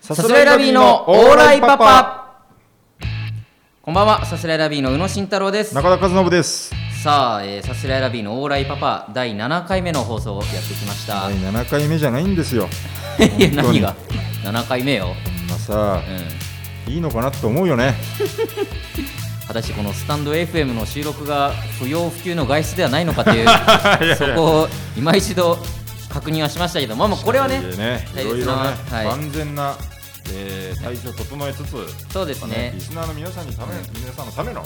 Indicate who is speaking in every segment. Speaker 1: さすらいラビーのオーライパパこんばんはさすらいラビーの宇野慎太郎です
Speaker 2: 中田和信です
Speaker 1: さあ、えー、さすらいラビーのオーライパパ第7回目の放送をやってきました
Speaker 2: 第7回目じゃないんですよ
Speaker 1: いや何が7回目よ、
Speaker 2: まあさ
Speaker 1: う、ん、
Speaker 2: いいのかなと思うよね
Speaker 1: 果たしてこのスタンド FM の収録が不要不急の外出ではないのか というそこを今一度確認はしましたけどまあまあこれはね
Speaker 2: でねい
Speaker 1: 大切な
Speaker 2: ろいろね、
Speaker 1: はい
Speaker 2: 万全な、えー、体制を整えつつ
Speaker 1: そうです
Speaker 2: ね
Speaker 1: ね
Speaker 2: リスナーの皆さんにため、
Speaker 1: うん
Speaker 2: 皆さんのための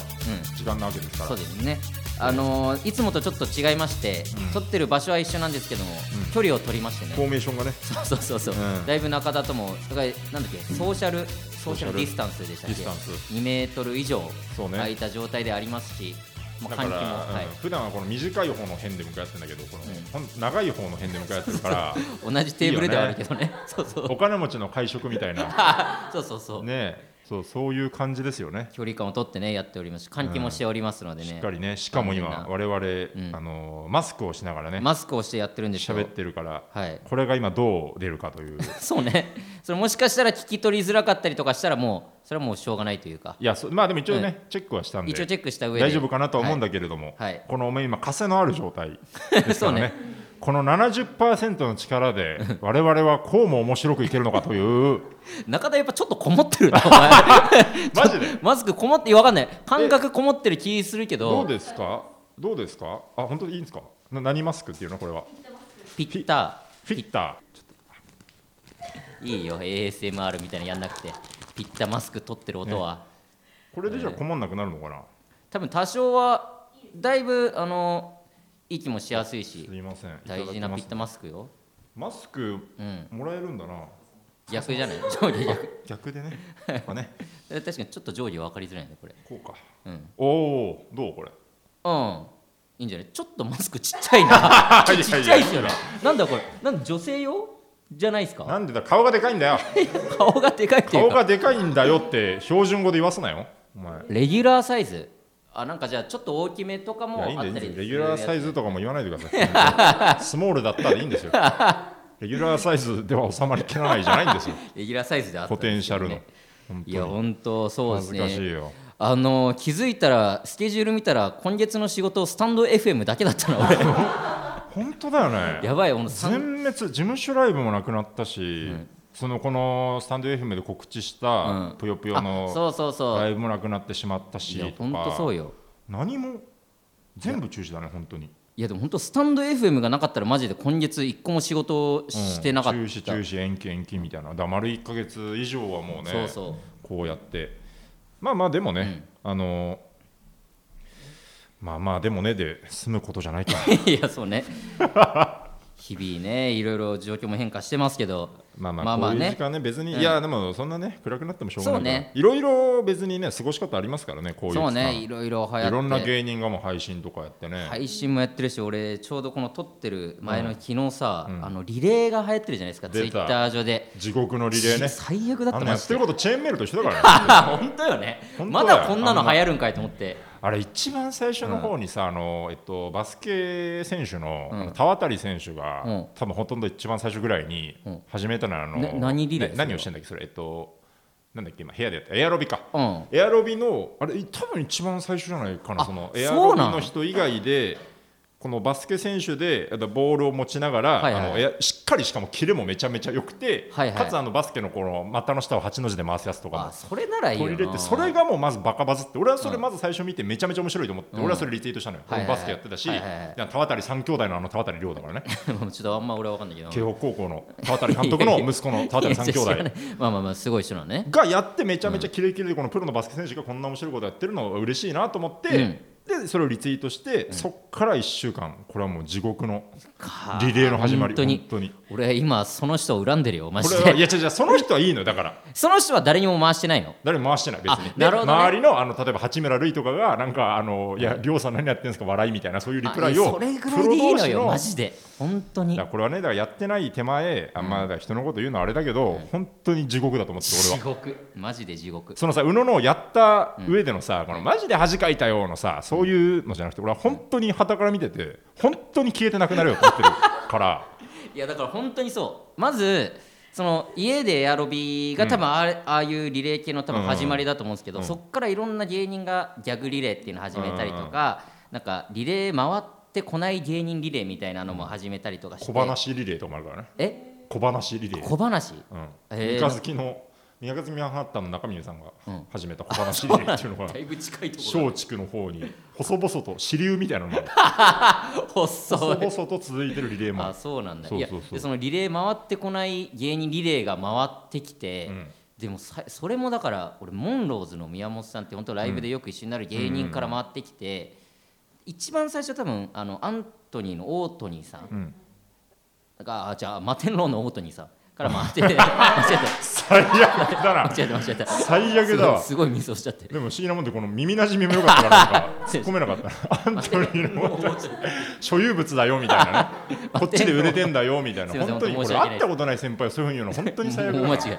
Speaker 2: 時間なわけですから
Speaker 1: そうですねあのーいつもとちょっと違いまして、
Speaker 2: うん
Speaker 1: 撮ってる場所は一緒なんですけども、
Speaker 2: うん
Speaker 1: 距離を取りましてね
Speaker 2: フォーメーションがね
Speaker 1: そうそうそうそう、
Speaker 2: うん
Speaker 1: だいぶ中田とも、だからなんだっけ、ソーシャル、ソーシャルディスタンスでしたっけ、
Speaker 2: ディスタンス
Speaker 1: 2メートル以上
Speaker 2: そうね
Speaker 1: 空いた状態でありますし、ま
Speaker 2: だ
Speaker 1: あ、
Speaker 2: か
Speaker 1: 換
Speaker 2: ら、
Speaker 1: 気も、は
Speaker 2: うん普段はこの短い方の辺で向かい合ってんだけどこの、
Speaker 1: うん
Speaker 2: ほん長い方の辺で向かい合ってるから
Speaker 1: い、同じテーブルではあるけどね、 そうそ う、
Speaker 2: お金持ちの会食みたいな
Speaker 1: そうそうそう、
Speaker 2: ねそうそういう感じですよね
Speaker 1: 距離感をとってね、やっておりますし、換気もしておりますので
Speaker 2: しっ
Speaker 1: ね、
Speaker 2: かりねしかも今
Speaker 1: 完
Speaker 2: 我々、
Speaker 1: ん
Speaker 2: あのマスクをしながらね
Speaker 1: マスクをしてやってるんでしょ
Speaker 2: 喋ってるから、
Speaker 1: はい、
Speaker 2: これが今どう出るかという
Speaker 1: そうね、それもしかしたら聞き取りづらかったりとかしたら、もう、それはもうしょうがないというか、
Speaker 2: いやそまあでも一応ね、チェックはしたんで
Speaker 1: 一応チェックした上で、
Speaker 2: 大丈夫かなとは思うん
Speaker 1: だ
Speaker 2: だけれども、
Speaker 1: はいはい
Speaker 2: このお前今枷のある状態ですからね
Speaker 1: そうね
Speaker 2: この70%の力で 我々はこうも面白くいけるのかという
Speaker 1: 中田、やっぱちょっとこもってるな、お前。
Speaker 2: マジで
Speaker 1: マスクこもって、わかんない、感覚こもってる気するけ
Speaker 2: ど
Speaker 1: ど
Speaker 2: う、ですかどうですかあ本当にいいんですかな何マスクっていうのこれは
Speaker 1: ピッタ、
Speaker 2: フィッタ
Speaker 1: いいよ、ASMR みたいなのやんなくて、ピッタマスク取ってる音は、
Speaker 2: ーこれでじゃあ困んなくなるのかな、
Speaker 1: 多分多少は、だいぶ、あの、息もしやすいし
Speaker 2: す、いませんいただきま
Speaker 1: 大
Speaker 2: す
Speaker 1: 事なピッタマスクよ。
Speaker 2: マスク
Speaker 1: うん、
Speaker 2: もらえるんだな
Speaker 1: 逆じゃない、上下 逆。
Speaker 2: 逆でねやっぱね
Speaker 1: 確かにちょっと上下分かりづらいね、これ。
Speaker 2: こうか
Speaker 1: うん。
Speaker 2: おおどうこれ
Speaker 1: うん。いいんじゃないちょっとマスクち っちゃいな。ちょっとちっちゃいっすよね。なんだこれ、なんだ女性用じゃないですか
Speaker 2: なんでだ顔がでかいんだよ
Speaker 1: 顔がでかいっていう
Speaker 2: 顔
Speaker 1: か。
Speaker 2: がでかいんだよって標準語で言わすなよお前
Speaker 1: レギュラーサイズあなんかじゃあちょっと大きめとか
Speaker 2: い
Speaker 1: も
Speaker 2: やいいん
Speaker 1: あ
Speaker 2: だ
Speaker 1: っ
Speaker 2: よいい
Speaker 1: た
Speaker 2: んだよ
Speaker 1: り
Speaker 2: レギュラーサイ
Speaker 1: ズ
Speaker 2: ズとかも言わないでくださいスモールだったらいいん ですよレギュラーサイズでは収まりきらないじゃないんですよ
Speaker 1: レギュラーサイ ズであった
Speaker 2: ポ
Speaker 1: ん
Speaker 2: テ
Speaker 1: ですよね
Speaker 2: ンシャルの本当
Speaker 1: いや
Speaker 2: に
Speaker 1: 本当そうで
Speaker 2: 恥
Speaker 1: す
Speaker 2: ずかしい
Speaker 1: ね
Speaker 2: よ
Speaker 1: あの気づいたらスケジュール見たら今月の仕事スタンド FM だけだったの俺
Speaker 2: 本当だよね
Speaker 1: やばい俺さん
Speaker 2: 全滅事務所ライブもなくなったしそのこのスタンド FM で告知し
Speaker 1: うん
Speaker 2: たぷよぷよ
Speaker 1: あ
Speaker 2: の
Speaker 1: そうそうそ
Speaker 2: ラ
Speaker 1: う
Speaker 2: イブもなくなってしまったし
Speaker 1: いや
Speaker 2: と
Speaker 1: 本当そ
Speaker 2: か
Speaker 1: うよ
Speaker 2: 何も全部中止だね本当に
Speaker 1: いやでも本当スタンド FM がなかったらマジで今月一個も仕事をしてなかった、
Speaker 2: うん中止中止延期延期みたいなだから丸1か月以上はもうね
Speaker 1: そうそう
Speaker 2: こうやってまあまあでもね、あのまあまあでもねで済むことじゃない か
Speaker 1: いやそ うね日々ねいろいろ状況も変化してますけど
Speaker 2: まあ
Speaker 1: ま
Speaker 2: ま
Speaker 1: あ
Speaker 2: あ
Speaker 1: ま
Speaker 2: こ
Speaker 1: あ
Speaker 2: う
Speaker 1: ね
Speaker 2: いう時間ね別に、いやでもそんなね暗くなってもしょうがないから
Speaker 1: そうね
Speaker 2: いろいろ別にね過ごし方ありますからねこういう期間
Speaker 1: そうねいろいろ流行って
Speaker 2: いろんな芸人がもう配信とかやってね、
Speaker 1: 配信もやってるし俺ちょうどこの撮ってる前の昨日さ、あのリレーが流行ってるじゃないですかツイ
Speaker 2: 出
Speaker 1: ッ
Speaker 2: た
Speaker 1: ター上で
Speaker 2: 地獄のリレーね
Speaker 1: 最悪だっ
Speaker 2: あ
Speaker 1: た
Speaker 2: のや
Speaker 1: マ
Speaker 2: っ
Speaker 1: ジ
Speaker 2: て
Speaker 1: で
Speaker 2: ることチェーンメールと一緒だからね
Speaker 1: 本当よね
Speaker 2: 本当
Speaker 1: ま
Speaker 2: だよ
Speaker 1: だこんなの流行るんかいと思って
Speaker 2: あれ一番最初の方にさ、あのえっと、バスケ選手の,、
Speaker 1: ん
Speaker 2: あの田渡選手が、
Speaker 1: うん
Speaker 2: 多分ほとんど一番最初ぐらいに
Speaker 1: うん
Speaker 2: 始めたのはあの、
Speaker 1: な何リレー
Speaker 2: ね
Speaker 1: それは
Speaker 2: 何をしてんだっけそれえっとなんだっけ今部屋でやってエアロビか
Speaker 1: うん
Speaker 2: エアロビのあれ多分一番最初じゃないかなその
Speaker 1: あ
Speaker 2: エアロ
Speaker 1: そう
Speaker 2: ビ
Speaker 1: なん
Speaker 2: の人以外でこのバスケ選手であとボールを持ちながら、
Speaker 1: はいはい
Speaker 2: あのエアしっかりしかもキレもめちゃめちゃ良くて、
Speaker 1: はいはい
Speaker 2: かつあのバスケのこの股の下を8の字で回すやつとかも
Speaker 1: あそれならいいよ
Speaker 2: 取り
Speaker 1: な
Speaker 2: 入れてそれがもうまずバカバズって俺はそれまず最初見てめちゃめちゃ面白いと思って
Speaker 1: うん
Speaker 2: 俺はそれリツイートしたのよ、
Speaker 1: はいはいはい
Speaker 2: バスケやってたし、
Speaker 1: はいはいはい
Speaker 2: 田渡三兄弟のあの田渡亮だ からね
Speaker 1: もうちょっとあんま俺は分かんないけど
Speaker 2: 慶北高校の田渡監 督の息子の田渡三兄
Speaker 1: いや知らな
Speaker 2: 弟
Speaker 1: いまあまあまあすごい人なのね
Speaker 2: がやってめちゃめちゃキレキレでこのプロのバスケ選手がこんな面白いことやってるのは嬉しいなと思って、でそれをリツイートして、そっから1週間これはもう地獄の リレーの始まり
Speaker 1: 本当に
Speaker 2: 本当に
Speaker 1: 俺今その人を恨んでるよマ
Speaker 2: こ
Speaker 1: ジ
Speaker 2: れはい
Speaker 1: で
Speaker 2: や違う違うその人はいいのよだから
Speaker 1: その人は誰にも回してないの
Speaker 2: 誰も回してない別に、
Speaker 1: あなるほどね
Speaker 2: で周りのあの例えば八村塁とかがなんかあのいや亮さん何やってんですか笑いみたいなそういうリプライ
Speaker 1: あ
Speaker 2: を
Speaker 1: そ
Speaker 2: プロ
Speaker 1: れぐらいでいい
Speaker 2: 同
Speaker 1: の
Speaker 2: 士
Speaker 1: よ
Speaker 2: の
Speaker 1: マジで本当
Speaker 2: だ
Speaker 1: に
Speaker 2: からこれはねだからやってない手前あんまあだから人のこと言うのはあれだけど、本当に地獄だと思って
Speaker 1: 地
Speaker 2: 俺は。
Speaker 1: 獄マジで地獄
Speaker 2: そのさ宇野のやった上でのさ、このマジで恥かいたようなさそういうのじゃなくて俺は本当に旗から見て て本当に消えてなくなるよと思ってるから
Speaker 1: いやだから本当にそうまずその家でエアロビが多分あれ、ああいうリレー系の多分
Speaker 2: うん
Speaker 1: 始まりだと思うんですけど、
Speaker 2: うん
Speaker 1: そこからいろんな芸人がギャグリレーっていうのを始めたりとか、なんかリレー回ってこない芸人リレーみたいなのも始めたりとかして、
Speaker 2: 小話リレーとかもあるからね
Speaker 1: え
Speaker 2: 小話リレー、
Speaker 1: 小話
Speaker 2: うん
Speaker 1: へー
Speaker 2: 三日月の三日月マンハッタンの中峰さんが
Speaker 1: ん
Speaker 2: 始めた小話リレーっていうのが
Speaker 1: だいぶ近いところ
Speaker 2: 松竹の方に細々と支流みたいなの が
Speaker 1: 細
Speaker 2: 細
Speaker 1: い
Speaker 2: 々と続いてるリレーもあ
Speaker 1: あ
Speaker 2: る
Speaker 1: そうなんだ
Speaker 2: そうそうそう
Speaker 1: いやでそのリレー回ってこない芸人リレーが回ってきて、
Speaker 2: うん
Speaker 1: でもさそれもだから俺モンローズの宮本さんって本当ライブでよく一緒になる芸人から回ってきて、一番最初多分あのアントニーのオートニーさん
Speaker 2: うん
Speaker 1: があじゃあマテンローのオートニーさんから回って 間違えた
Speaker 2: 最悪だな
Speaker 1: 間違えた間違えた
Speaker 2: 最悪だわ
Speaker 1: すごいミスをしちゃって
Speaker 2: でも不思議なもんでこの耳なじみも良かったから なんか突っ込めなかったなアントニーの所有物だよみたい なねこっちで売れてんだよみたいな
Speaker 1: すいません
Speaker 2: 本当にこれ
Speaker 1: 本当申し訳
Speaker 2: 会
Speaker 1: ない
Speaker 2: ったことない先輩をそういうふうに言うの本当に最悪だ
Speaker 1: もう
Speaker 2: な
Speaker 1: 間
Speaker 2: 違
Speaker 1: 違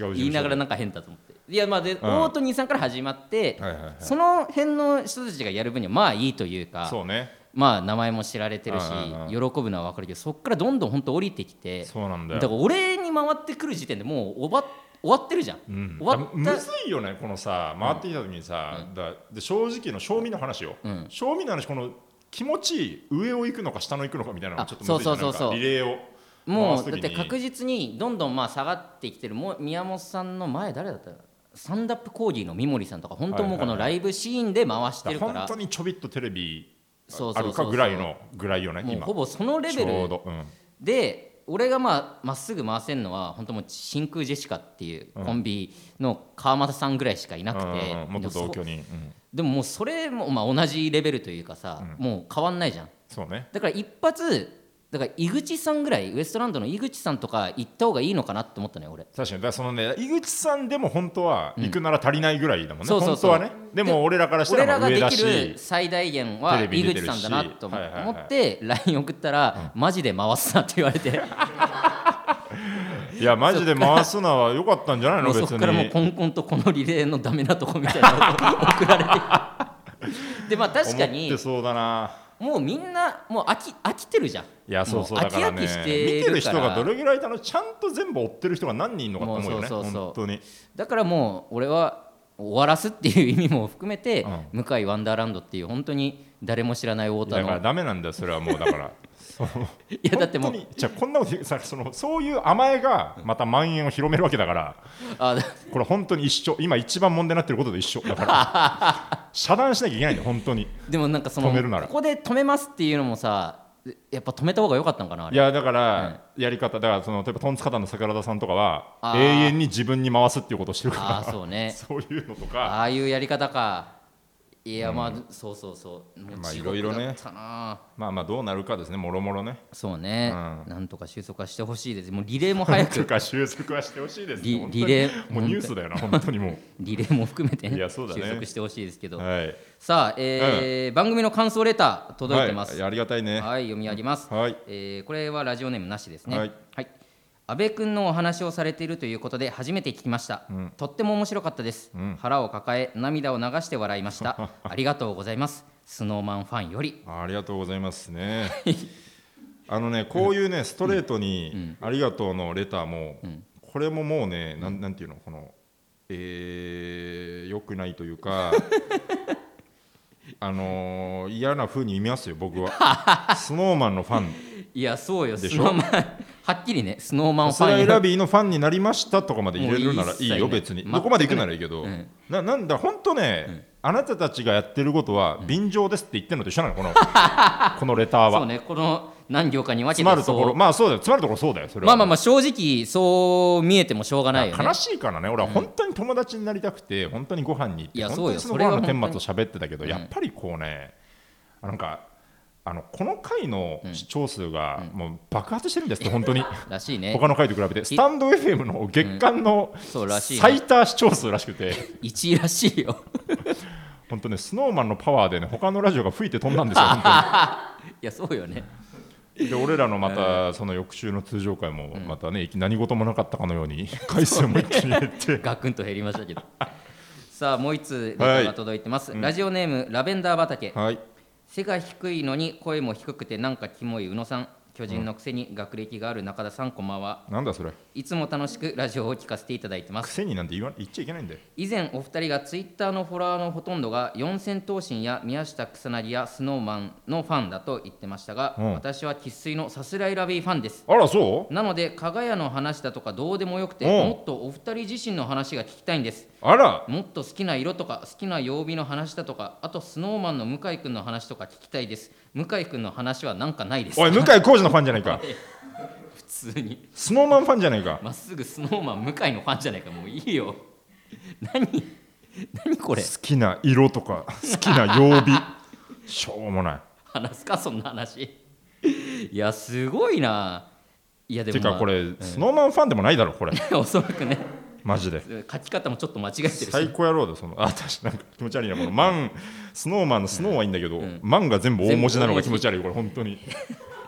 Speaker 1: え
Speaker 2: う
Speaker 1: 言いながら
Speaker 2: な
Speaker 1: なんか変だと思っていやまあで、オートニーさんから始まって、
Speaker 2: はいはいはい
Speaker 1: その辺の人たちがやる分にはまあいいというか
Speaker 2: そうね
Speaker 1: まあ名前も知られてるし
Speaker 2: うんうん
Speaker 1: 喜ぶのは分かるけどそこからどんどん本当降りてきて
Speaker 2: そうなんだ
Speaker 1: だ
Speaker 2: よ
Speaker 1: から俺に回ってくる時点でもうおば終わってるじゃん、
Speaker 2: うん
Speaker 1: 終わっ
Speaker 2: む
Speaker 1: た
Speaker 2: ずいよねこのさ回ってきた時にさ、だで正直の正味の話よ、
Speaker 1: うん
Speaker 2: 正味の話この気持ちいい上を行くのか下の行くのかみたいなのが
Speaker 1: あ
Speaker 2: ちょっとむずいじゃん
Speaker 1: そうそうそうそう
Speaker 2: なんかリレーを
Speaker 1: もうだ
Speaker 2: 回
Speaker 1: っ
Speaker 2: す時
Speaker 1: て
Speaker 2: に
Speaker 1: 確実にどんどんまあ下がってきてるもう宮本さんの前誰だったかなサンダップコーディの三森さんとか本当もうこのライブシーンで回してるから、
Speaker 2: 本当にちょびっとテレビ
Speaker 1: そう
Speaker 2: あ
Speaker 1: そう
Speaker 2: る
Speaker 1: そ
Speaker 2: か
Speaker 1: う
Speaker 2: ぐらいのぐらいよね
Speaker 1: もう
Speaker 2: 今
Speaker 1: ほぼそのレ
Speaker 2: ち
Speaker 1: ベ
Speaker 2: ょう
Speaker 1: ル
Speaker 2: ど、うん、
Speaker 1: で俺がまあまっすぐ回せるのは本当もう真空ジェシカっていうコンビの川俣さんぐらいしかいなく
Speaker 2: う
Speaker 1: て、
Speaker 2: んうん元
Speaker 1: でもそ
Speaker 2: 同居人、うん、
Speaker 1: でももうそれもまあ同じレベルというかさ、もう変わんないじゃん
Speaker 2: そうね
Speaker 1: だから一発だから井口さんぐらいウエストランドの井口さんとか行った方がいいのかなって思ったね俺
Speaker 2: 確かにだからそのね井口さんでも本当は行くなら足りないぐらいだもんね、
Speaker 1: そうそう
Speaker 2: 本
Speaker 1: そ
Speaker 2: 当
Speaker 1: う
Speaker 2: はねでも俺らからした
Speaker 1: 俺
Speaker 2: ら
Speaker 1: ら
Speaker 2: も
Speaker 1: が
Speaker 2: う上
Speaker 1: で
Speaker 2: だ
Speaker 1: きる
Speaker 2: し
Speaker 1: 最大限は
Speaker 2: テレビ
Speaker 1: 井
Speaker 2: に出て
Speaker 1: 口
Speaker 2: るし
Speaker 1: さんだなと思
Speaker 2: はいはいはい
Speaker 1: 思って LINE 送ったらマジで回すなって言われて
Speaker 2: いやマジで回すのは良かったんじゃない
Speaker 1: も
Speaker 2: の
Speaker 1: う
Speaker 2: 別
Speaker 1: そ
Speaker 2: に
Speaker 1: こからもうコンコンとこのリレーのダメなとこみたいなのを送られてでまあ確か
Speaker 2: 思っ
Speaker 1: に
Speaker 2: てそうだな
Speaker 1: もうみんなもう飽き飽きてるじゃん
Speaker 2: いやそうそう
Speaker 1: も
Speaker 2: だから
Speaker 1: 飽き
Speaker 2: ね
Speaker 1: 飽きし
Speaker 2: 見
Speaker 1: てる
Speaker 2: てる人
Speaker 1: から
Speaker 2: がどれぐらいだのちゃんと全部追ってる人が何人いるのかと思うよね
Speaker 1: もうそうそうそう
Speaker 2: 本当に
Speaker 1: だからもう俺は終わらすっていう意味も含めて、向井ワンダーランドっていう本当に誰も知らない太田
Speaker 2: だ
Speaker 1: の
Speaker 2: からダメなんだよそれはもうだから
Speaker 1: いやだっても
Speaker 2: 本
Speaker 1: う
Speaker 2: 当にじゃあこんなこと言うさそのそういう甘えがまた蔓延を広めるわけだから
Speaker 1: あだ
Speaker 2: これ本当に一緒今一番問題になってることと一緒だから 遮断しなきゃいけないんだよ本当に
Speaker 1: でもなんかその
Speaker 2: 止めるなら
Speaker 1: ここで止めますっていうのもさやっぱ止めた方が良かったのかなあ
Speaker 2: い
Speaker 1: れ
Speaker 2: やだからやり方だからその例えばトンツカタンの桜田さんとかは
Speaker 1: あ
Speaker 2: 永
Speaker 1: ー
Speaker 2: 遠に自分に回すっていうことをしてるか
Speaker 1: ああそう
Speaker 2: ら
Speaker 1: ね
Speaker 2: そういうのとか
Speaker 1: ああいうやり方かいやまあ、そうそうそうもう
Speaker 2: まあ
Speaker 1: 地
Speaker 2: い
Speaker 1: 獄
Speaker 2: ろいろね
Speaker 1: だったな
Speaker 2: まあまあどうなるかですねもろもろね
Speaker 1: そうね、
Speaker 2: う
Speaker 1: なんとか収束はしてほしいですもうリレーも早
Speaker 2: という
Speaker 1: く
Speaker 2: か収束はしてほしいですね
Speaker 1: リ
Speaker 2: 本当に
Speaker 1: リレー
Speaker 2: もうニュースだよな本当にも
Speaker 1: リレーも含めて、ね
Speaker 2: いやそうだね
Speaker 1: 収束してほしいですけど、
Speaker 2: うはい
Speaker 1: さあ、えー番組の感想レター届いてます
Speaker 2: はい、ありがたいね
Speaker 1: はい、読み上げます。
Speaker 2: はい
Speaker 1: えーこれはラジオネームなしですね。は
Speaker 2: はいい。
Speaker 1: 安倍君のお話をされているということで初めて聞きました、とっても面白かったです、腹を抱え涙を流して笑いました ありがとうございますスノーマンファンより
Speaker 2: ありがとうございますね。あのね、こういうね、ストレートに、ありがとうのレターも、これももうね、なん、なんていうの、この。えー、よくないという か。あのー嫌な風に見ますよ、僕 は。スノーマンのファン。
Speaker 1: いやそうよス
Speaker 2: でしょ
Speaker 1: ノーマン はっきりねスノーマン
Speaker 2: イ
Speaker 1: フ
Speaker 2: ス
Speaker 1: ァ
Speaker 2: ラ
Speaker 1: ン
Speaker 2: エ
Speaker 1: よ
Speaker 2: ラ
Speaker 1: り
Speaker 2: ビーのファンになりましたとかまで入れるならいい
Speaker 1: もう一切
Speaker 2: よ、
Speaker 1: ね
Speaker 2: 別に。どこまで行くならいいけど。
Speaker 1: 全
Speaker 2: ななんだ、本当ね、あなたたちがやってることは便乗ですって言ってるのと一緒なの、こ のこのレター
Speaker 1: そう
Speaker 2: は。
Speaker 1: ねこの何行かに分けて
Speaker 2: 詰まるとこ
Speaker 1: そ
Speaker 2: ろ、まあそうだよ、詰まるところそうだよ、そうれ
Speaker 1: まあ
Speaker 2: は。
Speaker 1: まあまあ正直そう見えてもしょうがないよね
Speaker 2: 悲しいからね、俺は本当に友達になりたくて、本当にご飯に行っ
Speaker 1: いや
Speaker 2: て、
Speaker 1: そう
Speaker 2: 本当
Speaker 1: よ
Speaker 2: にその
Speaker 1: そ
Speaker 2: ご
Speaker 1: れ
Speaker 2: 飯
Speaker 1: は
Speaker 2: の顛末を喋ってたけど、やっぱりこうね、あなんか、あのこの回の視聴数がもう爆発してるんですって、本当に、
Speaker 1: らしいね
Speaker 2: 他の回と比べて、スタンド FM の月間の
Speaker 1: そうらしいね
Speaker 2: 最多視聴数らしくて、
Speaker 1: 1位らしいよ
Speaker 2: 本当ね、スノーマンのパワーでね、他のラジオが吹いて飛んだんです よ、本当
Speaker 1: いやそうよね
Speaker 2: に。で、俺らのまた、その翌週の通常回も、またね、いき何事もなかったかのように、 回数も一気に減 って。
Speaker 1: ガクンと減りましたけど さあもう一通レターが届いてます、ラジオネームラベンダー畑
Speaker 2: はい
Speaker 1: 背が低いのに声も低くてなんかキモい宇野さん巨人のくせに学歴がある中田さんこんばんは
Speaker 2: なんだそれ
Speaker 1: いつも楽しくラジオを聞かせていただいてます
Speaker 2: 癖になんて言わ言っちゃいけないんだよ
Speaker 1: 以前お二人がツイッターのフォロワーのほとんどが四千頭身や宮下草薙やスノーマンのファンだと言ってましたが、
Speaker 2: うん
Speaker 1: 私は生粋のさすらいラビーファンです
Speaker 2: あらそう
Speaker 1: なので加賀屋の話だとかどうでもよくて
Speaker 2: うん
Speaker 1: もっとお二人自身の話が聞きたいんです
Speaker 2: あ ら
Speaker 1: もっと好きな色とか好きな曜日の話だとかあとスノーマンの向井くんの話とか聞きたいです向井くんの話はなんかないです
Speaker 2: おい向井浩二のファンじゃないか
Speaker 1: 普通に
Speaker 2: スノーマンファンじゃないか
Speaker 1: まっすぐスノーマン向井のファンじゃないかもういいよ何何これ
Speaker 2: 好きな色とか好きな曜 日しょうもない
Speaker 1: 話すかそんな話いやすごいないやで
Speaker 2: て
Speaker 1: も、
Speaker 2: かこ
Speaker 1: れ
Speaker 2: れ、スノーマンファンでもないだろこれ
Speaker 1: おそらくね
Speaker 2: マジで
Speaker 1: 書き方もちょっと間違えてるし
Speaker 2: 最高野郎だよそのあ私なんか気持ち悪いなこのマンスノーマンのスノーはいいんだけど、マンが全部大文字なのが気持ち悪いこれ本当に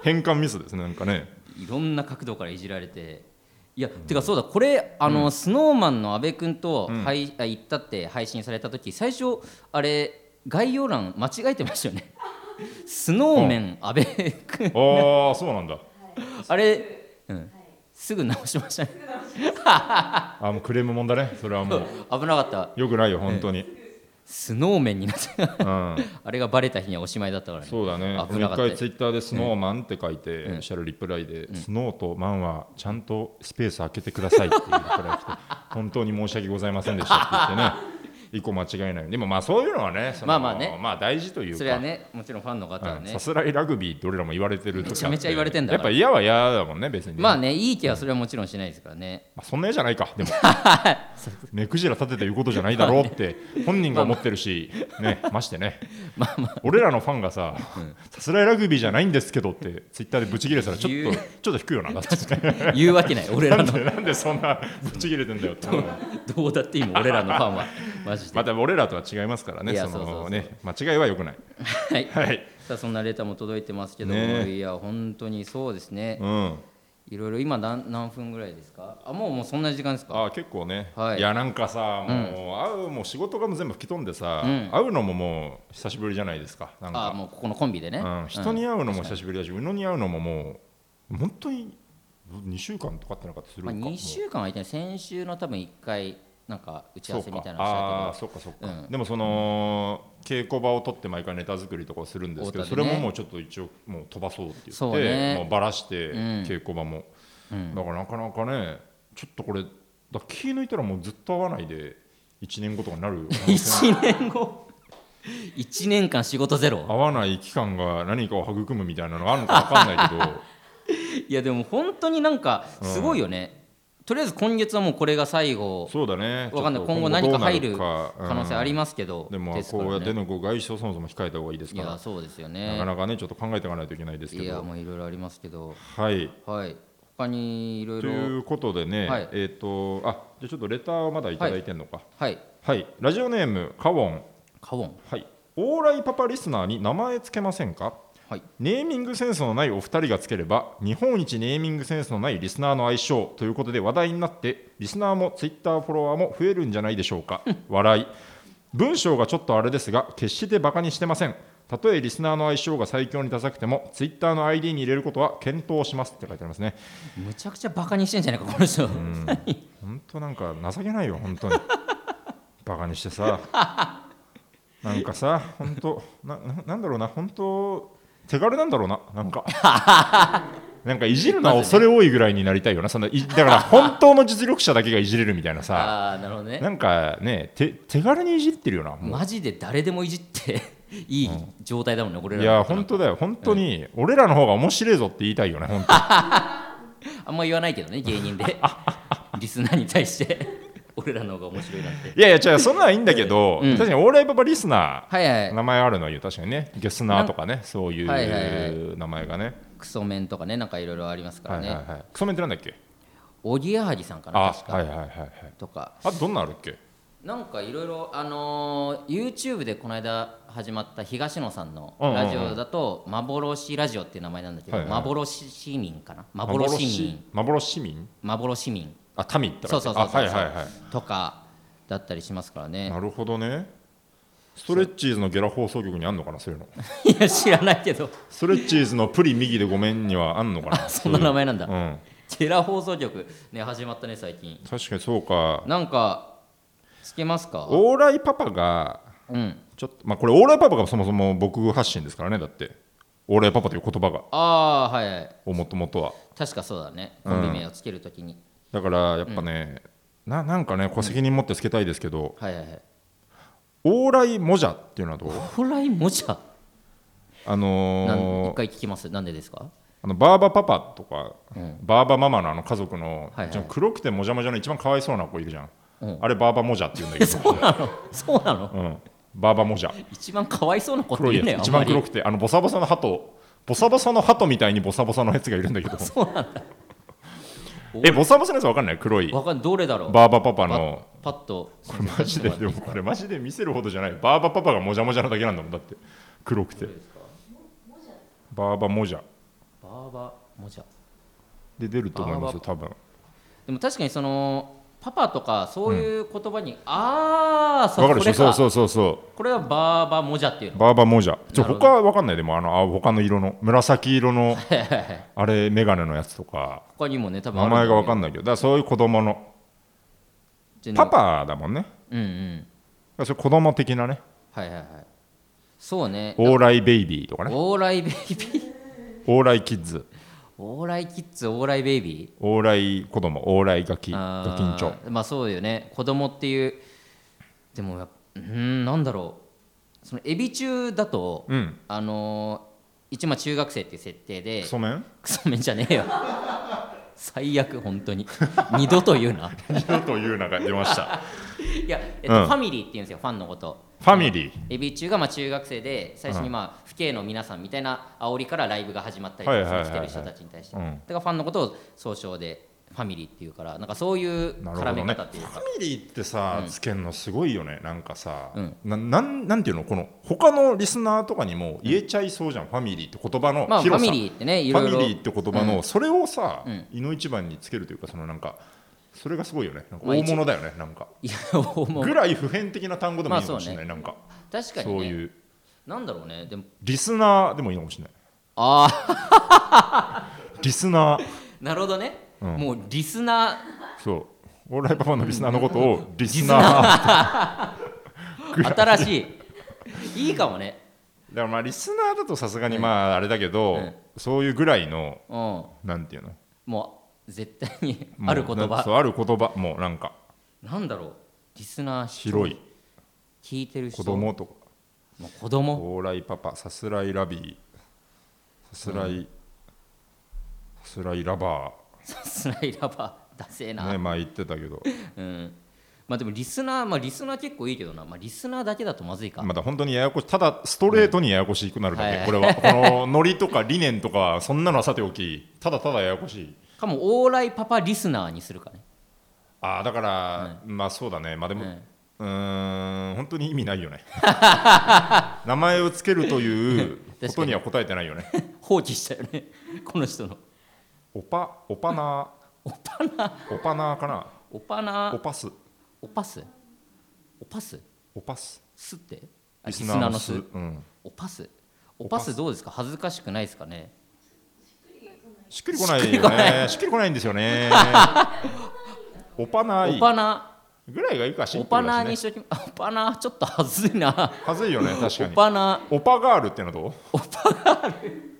Speaker 2: 変換ミスですねなんか ね
Speaker 1: いろんな角度からいじられていや、てかそうだこれあの、スノーマンの阿部君と、はいあ行ったって配信された時最初あれ概要欄間違えてましたよねスノーメン阿部君
Speaker 2: ああそうなんだ
Speaker 1: あれ、うん、すぐ直しましたね
Speaker 2: あもうクレームもんだねそれはもう
Speaker 1: 危なかった
Speaker 2: よくないよ本当に、
Speaker 1: スノーメンになって
Speaker 2: うん、
Speaker 1: あれがバレた日にはおしまいだったからね
Speaker 2: そうだね
Speaker 1: 危
Speaker 2: 一
Speaker 1: なかった
Speaker 2: 回ツイッターで「スノーマン」って書いて、おっしゃるリプライで、スノーとマンはちゃんとスペース空けてください」っていうリプライが来て 本当に申し訳ございませんでした」って言ってね一個間違いないようにでもまあそういうのはねその
Speaker 1: まあまあね
Speaker 2: まあ大事というか
Speaker 1: それはねもちろんファンの方は
Speaker 2: うん
Speaker 1: ね、
Speaker 2: さすらいラグビーって俺らも言われてるとか
Speaker 1: めちゃめちゃ言われてんだ
Speaker 2: やっぱ嫌は嫌だもんね別にね
Speaker 1: まあねいい気はそれはもちろんしないですからね、
Speaker 2: まあそんな嫌じゃないかでも目くじら立てて言うことじゃないだろうって本人が思ってるし、ね、ましてね、俺らのファンがささすらいラグビーじゃないんですけどってツイッターでブチ切れたらちょっ
Speaker 1: 言う
Speaker 2: とちょっと引くよなだって
Speaker 1: 言うわけない俺ら
Speaker 2: なん
Speaker 1: の
Speaker 2: でなんで そんなブチ切れてんだよって
Speaker 1: どうだって今俺らのフ ァンはマジで、
Speaker 2: また俺らとは違いますから
Speaker 1: い
Speaker 2: ね
Speaker 1: や
Speaker 2: そ
Speaker 1: そうそうそ
Speaker 2: の
Speaker 1: う
Speaker 2: ね間違いはよくない
Speaker 1: はい
Speaker 2: はい、
Speaker 1: さあそんなレターも届いてますけども、
Speaker 2: ねえ
Speaker 1: いや本当にそうですね、
Speaker 2: うん、
Speaker 1: いろいろ今何何分ぐらいですかあもうもうそんな時間ですか
Speaker 2: あ結構ね、
Speaker 1: はい
Speaker 2: い、やなんかさもう、会うもう仕事がもう全部吹き飛んでさ、
Speaker 1: うん
Speaker 2: 会うのももう久しぶりじゃないですかなん
Speaker 1: あ
Speaker 2: か
Speaker 1: もうここのコンビでね、
Speaker 2: うん、人に
Speaker 1: うん
Speaker 2: 会うのも久しぶりだし、宇野に会うのももう本当に2週間とかってなかったりする
Speaker 1: ま
Speaker 2: か
Speaker 1: あ、
Speaker 2: もう
Speaker 1: 2週間空いてない先週の多分1回なんか打ち合
Speaker 2: そう
Speaker 1: わせみ
Speaker 2: か
Speaker 1: たいなの
Speaker 2: ああ
Speaker 1: した
Speaker 2: そうかそうか、
Speaker 1: うん
Speaker 2: でもその、稽古場を取って毎回ネタ作りとかをするんですけど、
Speaker 1: 太
Speaker 2: そ
Speaker 1: 田で
Speaker 2: れ
Speaker 1: ね
Speaker 2: ももうちょっと一応もう飛ばそうって言
Speaker 1: そ
Speaker 2: っ
Speaker 1: う
Speaker 2: て、
Speaker 1: ね
Speaker 2: もうバラして
Speaker 1: うん
Speaker 2: 稽古場も、だからなかなかねちょっとこれだから気抜いたらもうずっと会わないで1年後とかになる
Speaker 1: けど1年後1年間仕事ゼロ
Speaker 2: 会わない期間が何かを育むみたいなのがあるのか分かんないけ ど
Speaker 1: いやでも本当になんかすごいよね、とりあえず今月はもうこれが最後
Speaker 2: そうだね
Speaker 1: わかんな
Speaker 2: ちょ
Speaker 1: い
Speaker 2: っと
Speaker 1: 今後何か入
Speaker 2: ど
Speaker 1: る
Speaker 2: うなかうん
Speaker 1: 可能性ありますけど、
Speaker 2: でも
Speaker 1: すか
Speaker 2: こ
Speaker 1: ら
Speaker 2: うやって
Speaker 1: ね
Speaker 2: のご外出をそもそも控えた方がいいです
Speaker 1: い
Speaker 2: か
Speaker 1: や
Speaker 2: ら、
Speaker 1: そうですよ
Speaker 2: なか
Speaker 1: ね
Speaker 2: なかねちょっと考えていかないといけないです
Speaker 1: い
Speaker 2: け
Speaker 1: や
Speaker 2: ど
Speaker 1: もういろいろありますけど
Speaker 2: はい
Speaker 1: はい他にいろい
Speaker 2: と
Speaker 1: ろ
Speaker 2: いうことでね、
Speaker 1: はい
Speaker 2: えっ、とあじゃあちょっとレターをまだいただいてんのか
Speaker 1: はい
Speaker 2: はい、ラジオネームカウォン
Speaker 1: カオン
Speaker 2: はい往来パパリスナーに名前つけませんか
Speaker 1: はい
Speaker 2: ネーミングセンスのないお二人がつければ日本一ネーミングセンスのないリスナーの相性ということで話題になってリスナーもツイッターフォロワーも増えるんじゃないでしょうか笑い文章がちょっとあれですが決してバカにしてませんたとえリスナーの相性が最強にダサくてもツイッターの ID に入れることは検討しますって書いてありますね
Speaker 1: むちゃくちゃバカにしてんじゃないかこの人
Speaker 2: 本当なんか情けないよ本当にバカにしてさなんかさ本当なななんだろうな本当手軽なんだろうななんかなんかいじるのは恐れ多いぐらいになりたいよなそのいだから本当の実力者だけがいじれるみたいなさ
Speaker 1: ああなるほどね
Speaker 2: なんかね手手軽にいじってるよなも
Speaker 1: マジで誰でもいじっていい状態だもんね俺
Speaker 2: う
Speaker 1: ら
Speaker 2: いや
Speaker 1: のことなん
Speaker 2: 本
Speaker 1: か
Speaker 2: 当だよ本当に俺らの方が面白いぞって言いたいよね本当
Speaker 1: あんま言わないけどね芸人 でリスナーに対して俺らの方が面白いなんて
Speaker 2: いやいや違うそんなんはいいんだけど、
Speaker 1: うん
Speaker 2: 確かにオーライパパリスナー
Speaker 1: はいはい
Speaker 2: 名前あるのは言う確かにねゲスナーとかねそうい
Speaker 1: はいはいは
Speaker 2: う名前がね
Speaker 1: クソメンとかねなんかいろいろありますか
Speaker 2: は
Speaker 1: ら
Speaker 2: いはい
Speaker 1: ね
Speaker 2: はいクソメンってなんだっけ
Speaker 1: おぎやはぎさんかな
Speaker 2: あ
Speaker 1: 確か、
Speaker 2: はいはいはいはい
Speaker 1: とか
Speaker 2: あとどんなんあるっけ
Speaker 1: なんかいろいろあのー YouTube でこの間始まった東野さんの
Speaker 2: うんうんうん
Speaker 1: ラジオだと「幻ラジオ」っていう名前なんだけど、
Speaker 2: はいはい
Speaker 1: 幻市民かな幻民
Speaker 2: 幻市民
Speaker 1: 幻市民
Speaker 2: あ民って書いてある
Speaker 1: そうそうそうそう
Speaker 2: あはいはいは
Speaker 1: とかだったりしますから
Speaker 2: い
Speaker 1: ね
Speaker 2: なるほどねストレッチーズのゲラ放送局にあんのかな そういうの
Speaker 1: いや知らない けど
Speaker 2: ストレッチーズのプリ右でごめんにはあんのかな
Speaker 1: そんな名前なんだ、
Speaker 2: そういううん
Speaker 1: ジェラ放送局ね始まったね最近
Speaker 2: 確かにそうか
Speaker 1: なんかつけますか
Speaker 2: オーライパパが
Speaker 1: うん
Speaker 2: ちょっとまあこれオーライパパがそもそも僕発信ですからねだってオーライパパという言葉が
Speaker 1: ああーはい、はい、
Speaker 2: もともとは
Speaker 1: 確かそうだね
Speaker 2: うん
Speaker 1: コンビ名をつけるときに、
Speaker 2: だからやっぱね、ななんかねこう責任持ってつけたいですけど、
Speaker 1: はいはいはい
Speaker 2: オーライモジャっていうのはどう
Speaker 1: 蓬莱もじゃ
Speaker 2: あ
Speaker 1: なん一
Speaker 2: のー
Speaker 1: 回聞きますなんでですか
Speaker 2: あのバーバパパとか、
Speaker 1: うん
Speaker 2: バーバママのあの家族の、
Speaker 1: はいはい
Speaker 2: ちょっと黒くてもじゃもじゃの一番かわいそうな子いるじゃん、
Speaker 1: うん
Speaker 2: あれバーバモジャって言うんだ
Speaker 1: え
Speaker 2: けど
Speaker 1: そうなのそうなの
Speaker 2: うん、バーバモジャ
Speaker 1: 一番かわいそうなこと
Speaker 2: 黒い
Speaker 1: 言う
Speaker 2: や
Speaker 1: ねよ
Speaker 2: つ一
Speaker 1: あ
Speaker 2: 番
Speaker 1: んま
Speaker 2: 黒
Speaker 1: り
Speaker 2: くてあのボサボサの鳩ボサボサの鳩みたいにボサボサのやつがいるんだけ ど
Speaker 1: そうなんだ
Speaker 2: えボサボサのやつわかんない黒い
Speaker 1: わかんどれだろう
Speaker 2: バーバパパの
Speaker 1: パッと
Speaker 2: これマジででもこれマジで見せるほどじゃないバーバパパがもじゃもじゃなだけなんだもんだって黒くてバーバモジャ
Speaker 1: バーバもじゃ
Speaker 2: で出ると思いますよ多分
Speaker 1: でも確かにそのパパとかそういう言葉に、ああ
Speaker 2: わかるでしょそう
Speaker 1: う
Speaker 2: そうそうそ
Speaker 1: これはバーバもじゃっていう
Speaker 2: う
Speaker 1: の
Speaker 2: バーバモジャちょ
Speaker 1: なるほど
Speaker 2: 他わかんないでもあのあ他の色の紫色のあれ眼鏡のやつとか
Speaker 1: 他にもね多分
Speaker 2: 名前がわか
Speaker 1: ない
Speaker 2: んないけどだからそういう子供のパパだもんねだか
Speaker 1: うんうん
Speaker 2: らそれ子供的なね
Speaker 1: はいはいはいそうね
Speaker 2: オーライベイビーとかね
Speaker 1: オーライベイビー
Speaker 2: オーライキッズ
Speaker 1: オーライキッズオーライベイビ
Speaker 2: オーライ子供オーライガキ
Speaker 1: ー
Speaker 2: ガ
Speaker 1: あ
Speaker 2: キンチョ
Speaker 1: ーまあそうよね子供っていうでもやっぱうーんなんだろうそのエビ中だと、
Speaker 2: うん
Speaker 1: あのー一応まあ中学生っていう設定で
Speaker 2: クソメン
Speaker 1: クソメンじゃねえよ 最悪本当に二度と言うな
Speaker 2: 二度という名が出ました
Speaker 1: いや、えっと
Speaker 2: うん
Speaker 1: ファミリーって言うんですよファンのこと
Speaker 2: ファミリー
Speaker 1: エビ中がまあ中学生で最初にまあ父兄の皆さんみたいな煽りからライブが始まったりと
Speaker 2: はいはいはいは
Speaker 1: か
Speaker 2: い
Speaker 1: 来てる人たちに対して
Speaker 2: う
Speaker 1: だ
Speaker 2: ん
Speaker 1: からファンのことを総称でファミリーっていうからなんかそういう
Speaker 2: なるほど
Speaker 1: 絡
Speaker 2: ね
Speaker 1: め方っていう
Speaker 2: フ
Speaker 1: か、
Speaker 2: ァミリーってさ、つけんのすごいよねなんかさ、
Speaker 1: うん
Speaker 2: ななんなんていうのこの他のリスナーとかにも言えちゃいそうじゃん、ファミリーって言葉の
Speaker 1: まあファ
Speaker 2: 広さ、
Speaker 1: ミリーってねい
Speaker 2: ファ
Speaker 1: ろいろ
Speaker 2: ミリーって言葉の、それをさ、
Speaker 1: うん
Speaker 2: いの一番につけるというかそのなんかそれがすごいよねなんか
Speaker 1: まあ
Speaker 2: 大
Speaker 1: 一
Speaker 2: 物だよねなんか
Speaker 1: いや思う
Speaker 2: ぐらい普遍的な単語でもいいのかもしれない、なんか
Speaker 1: 確か
Speaker 2: そ
Speaker 1: に
Speaker 2: う
Speaker 1: ね
Speaker 2: いう
Speaker 1: なんだろうねでも
Speaker 2: リスナーでもいいのかもしれない
Speaker 1: あ
Speaker 2: リスナー
Speaker 1: あ なるほどね、
Speaker 2: うん
Speaker 1: もうリスナ
Speaker 2: そうオーライパパのリスナーのことをリスナー
Speaker 1: ー新しいいいかもね
Speaker 2: だからまあリスナーだとさすがにまああれだけど、
Speaker 1: うん
Speaker 2: そういうぐらいの
Speaker 1: うん
Speaker 2: なんていうの
Speaker 1: もう絶対にある言
Speaker 2: もうなそ
Speaker 1: 葉
Speaker 2: うある言葉もうなんか
Speaker 1: なんだろうリスナー人
Speaker 2: 広い
Speaker 1: 聞いてる人
Speaker 2: 子供とか
Speaker 1: もう子供
Speaker 2: 往来パパさすらいラビーさすらい、さすらいラバ
Speaker 1: さすらいラバーだせえ
Speaker 2: ー
Speaker 1: な、
Speaker 2: ね前言ってたけど
Speaker 1: うんまあでもリスナーまあリスナー結構いいけどなまあリスナーだけだとまずいか、
Speaker 2: まだ本当にややこしいただストレートにややこしくなるだけ、
Speaker 1: はい
Speaker 2: これはこのノリとか理念とかそんなのはさておきただただややこしい
Speaker 1: かもオーライパパリスナーにするかね
Speaker 2: ああだから、まあそうだねまあでも、
Speaker 1: はいう
Speaker 2: ーん本当に意味ないよね名前をつけるということには答えてない よね
Speaker 1: 放棄したよねこの人の
Speaker 2: オパオパナーオパナーかな
Speaker 1: オパ
Speaker 2: オ
Speaker 1: ナ
Speaker 2: パス
Speaker 1: オパスオパス
Speaker 2: オパス
Speaker 1: スってあ
Speaker 2: リ
Speaker 1: リ
Speaker 2: ス
Speaker 1: ス
Speaker 2: ナー
Speaker 1: ナー
Speaker 2: の
Speaker 1: の
Speaker 2: ス
Speaker 1: ス
Speaker 2: うん、
Speaker 1: オパスオ
Speaker 2: パ
Speaker 1: パ
Speaker 2: ス
Speaker 1: スどうですか恥ずかしくないですかね
Speaker 2: しっくりこないよねしっくりこないんですよ ねオパナ
Speaker 1: オ
Speaker 2: ー
Speaker 1: パナ
Speaker 2: ぐらいがいいかし
Speaker 1: オパナに
Speaker 2: ね
Speaker 1: しときま オパナちょっと恥ずいな
Speaker 2: はずいよね確か
Speaker 1: オ
Speaker 2: に
Speaker 1: パナ
Speaker 2: オパガールってのはどうオパガール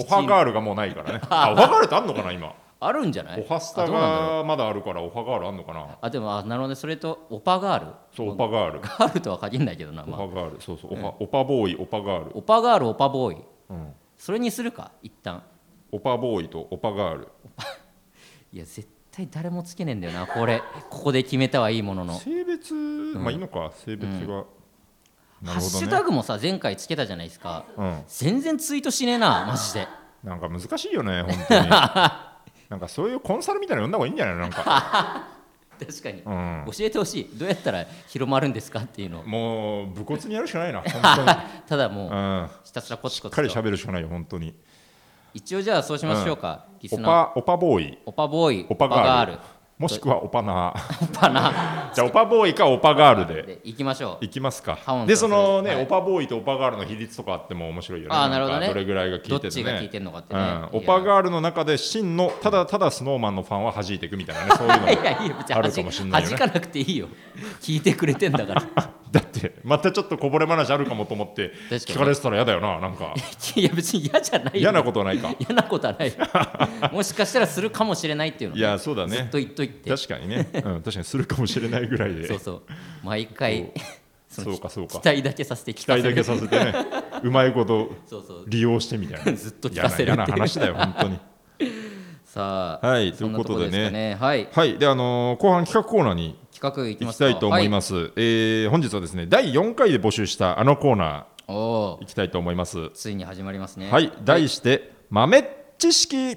Speaker 2: オハガールがもうないからね あオハガールってあんのかな今
Speaker 1: あるんじゃない
Speaker 2: オハスタ
Speaker 1: あどうなんだろう
Speaker 2: がまだあるからオハガールあんのかな
Speaker 1: あでもあなるほどねそれとオパガール
Speaker 2: そうオパガール
Speaker 1: ガールとは限らないけどな、
Speaker 2: オ
Speaker 1: まあ
Speaker 2: パガールそうそうオパオパボーイオパガール
Speaker 1: オパガールオパボーイ
Speaker 2: うん
Speaker 1: それにするか一旦
Speaker 2: オパボーイとオパガール
Speaker 1: いや絶対誰もつけねえんだよなこれ ここで決めたはいいものの、
Speaker 2: 性別まあいいのか性別がなる
Speaker 1: ハッ
Speaker 2: ほ
Speaker 1: シ
Speaker 2: ど
Speaker 1: ュ
Speaker 2: ね
Speaker 1: タグもさ前回つけたじゃないですか
Speaker 2: うん
Speaker 1: 全然ツイートしねえなマジで
Speaker 2: なんか難しいよ ね本当になんかそういうコンサルみたいなの呼んだ方がいいんじゃないのなん か
Speaker 1: 確かに、
Speaker 2: うん
Speaker 1: 教えてほしいどうやったら広まるんですかっていうのを
Speaker 2: もう武骨にやるしかないな 本
Speaker 1: ただ
Speaker 2: 当
Speaker 1: も
Speaker 2: にう
Speaker 1: うんひたすらコツ
Speaker 2: し
Speaker 1: コ
Speaker 2: っかり
Speaker 1: ツと
Speaker 2: 喋るしかないよ本当に
Speaker 1: 一応じゃあそうしましょうか、リス
Speaker 2: オ
Speaker 1: ナー
Speaker 2: パオパボーイ
Speaker 1: オパボーイ
Speaker 2: オパガール
Speaker 1: オパ
Speaker 2: もしくはオパナー
Speaker 1: パナ
Speaker 2: じゃあオパボーイかオパガールで
Speaker 1: で行きましょう
Speaker 2: いきますか
Speaker 1: ハオンと
Speaker 2: でそのね、
Speaker 1: はい
Speaker 2: オパボーイとオパガールの比率とかあっても面白いよね
Speaker 1: あーなるほどね
Speaker 2: んかどれぐらいが効いて
Speaker 1: ど
Speaker 2: る
Speaker 1: っちが聞いてんのかって
Speaker 2: う
Speaker 1: ね
Speaker 2: ん、、オ
Speaker 1: いや
Speaker 2: パガールの中で真のただただスノーマンのファンは弾いていくみたいなねそういうのも
Speaker 1: いやいいよ別に
Speaker 2: あるかもしんないよね
Speaker 1: 弾かなくていいよ聞いてくれてんだから
Speaker 2: だってまたちょっとこぼれ話あるかもと思って
Speaker 1: かに
Speaker 2: 聞かれてたら嫌だよななん か
Speaker 1: いや別に嫌じゃないよ
Speaker 2: 嫌なことない か
Speaker 1: 嫌なことはないよもしかしたらするかもしれないっていうの
Speaker 2: いやそうだね
Speaker 1: ずっと言っといて
Speaker 2: 確かにね、うん、確かにするかもしれないぐらいで
Speaker 1: そうそう毎回
Speaker 2: そ
Speaker 1: そうの
Speaker 2: そうかそう か
Speaker 1: 期待だけさせて聞
Speaker 2: 期
Speaker 1: かせ
Speaker 2: 待
Speaker 1: る
Speaker 2: だけさせてね うまいこと
Speaker 1: そうそう
Speaker 2: 利用してみたいな
Speaker 1: ずっと聞かせるってい
Speaker 2: 嫌
Speaker 1: う
Speaker 2: な嫌な話だよ本当に
Speaker 1: さあ、
Speaker 2: はい
Speaker 1: そんな
Speaker 2: ということでね
Speaker 1: すかねはい
Speaker 2: はいであのー後半企画コーナーに
Speaker 1: 企画いき
Speaker 2: 行
Speaker 1: ま
Speaker 2: き
Speaker 1: すか、
Speaker 2: たいと思いますす、えー本日はですね第4回で募集したあのコーナ
Speaker 1: はいお
Speaker 2: ー
Speaker 1: ー
Speaker 2: 行きたいと思いますは
Speaker 1: ついに始まりますね
Speaker 2: い、題して豆知識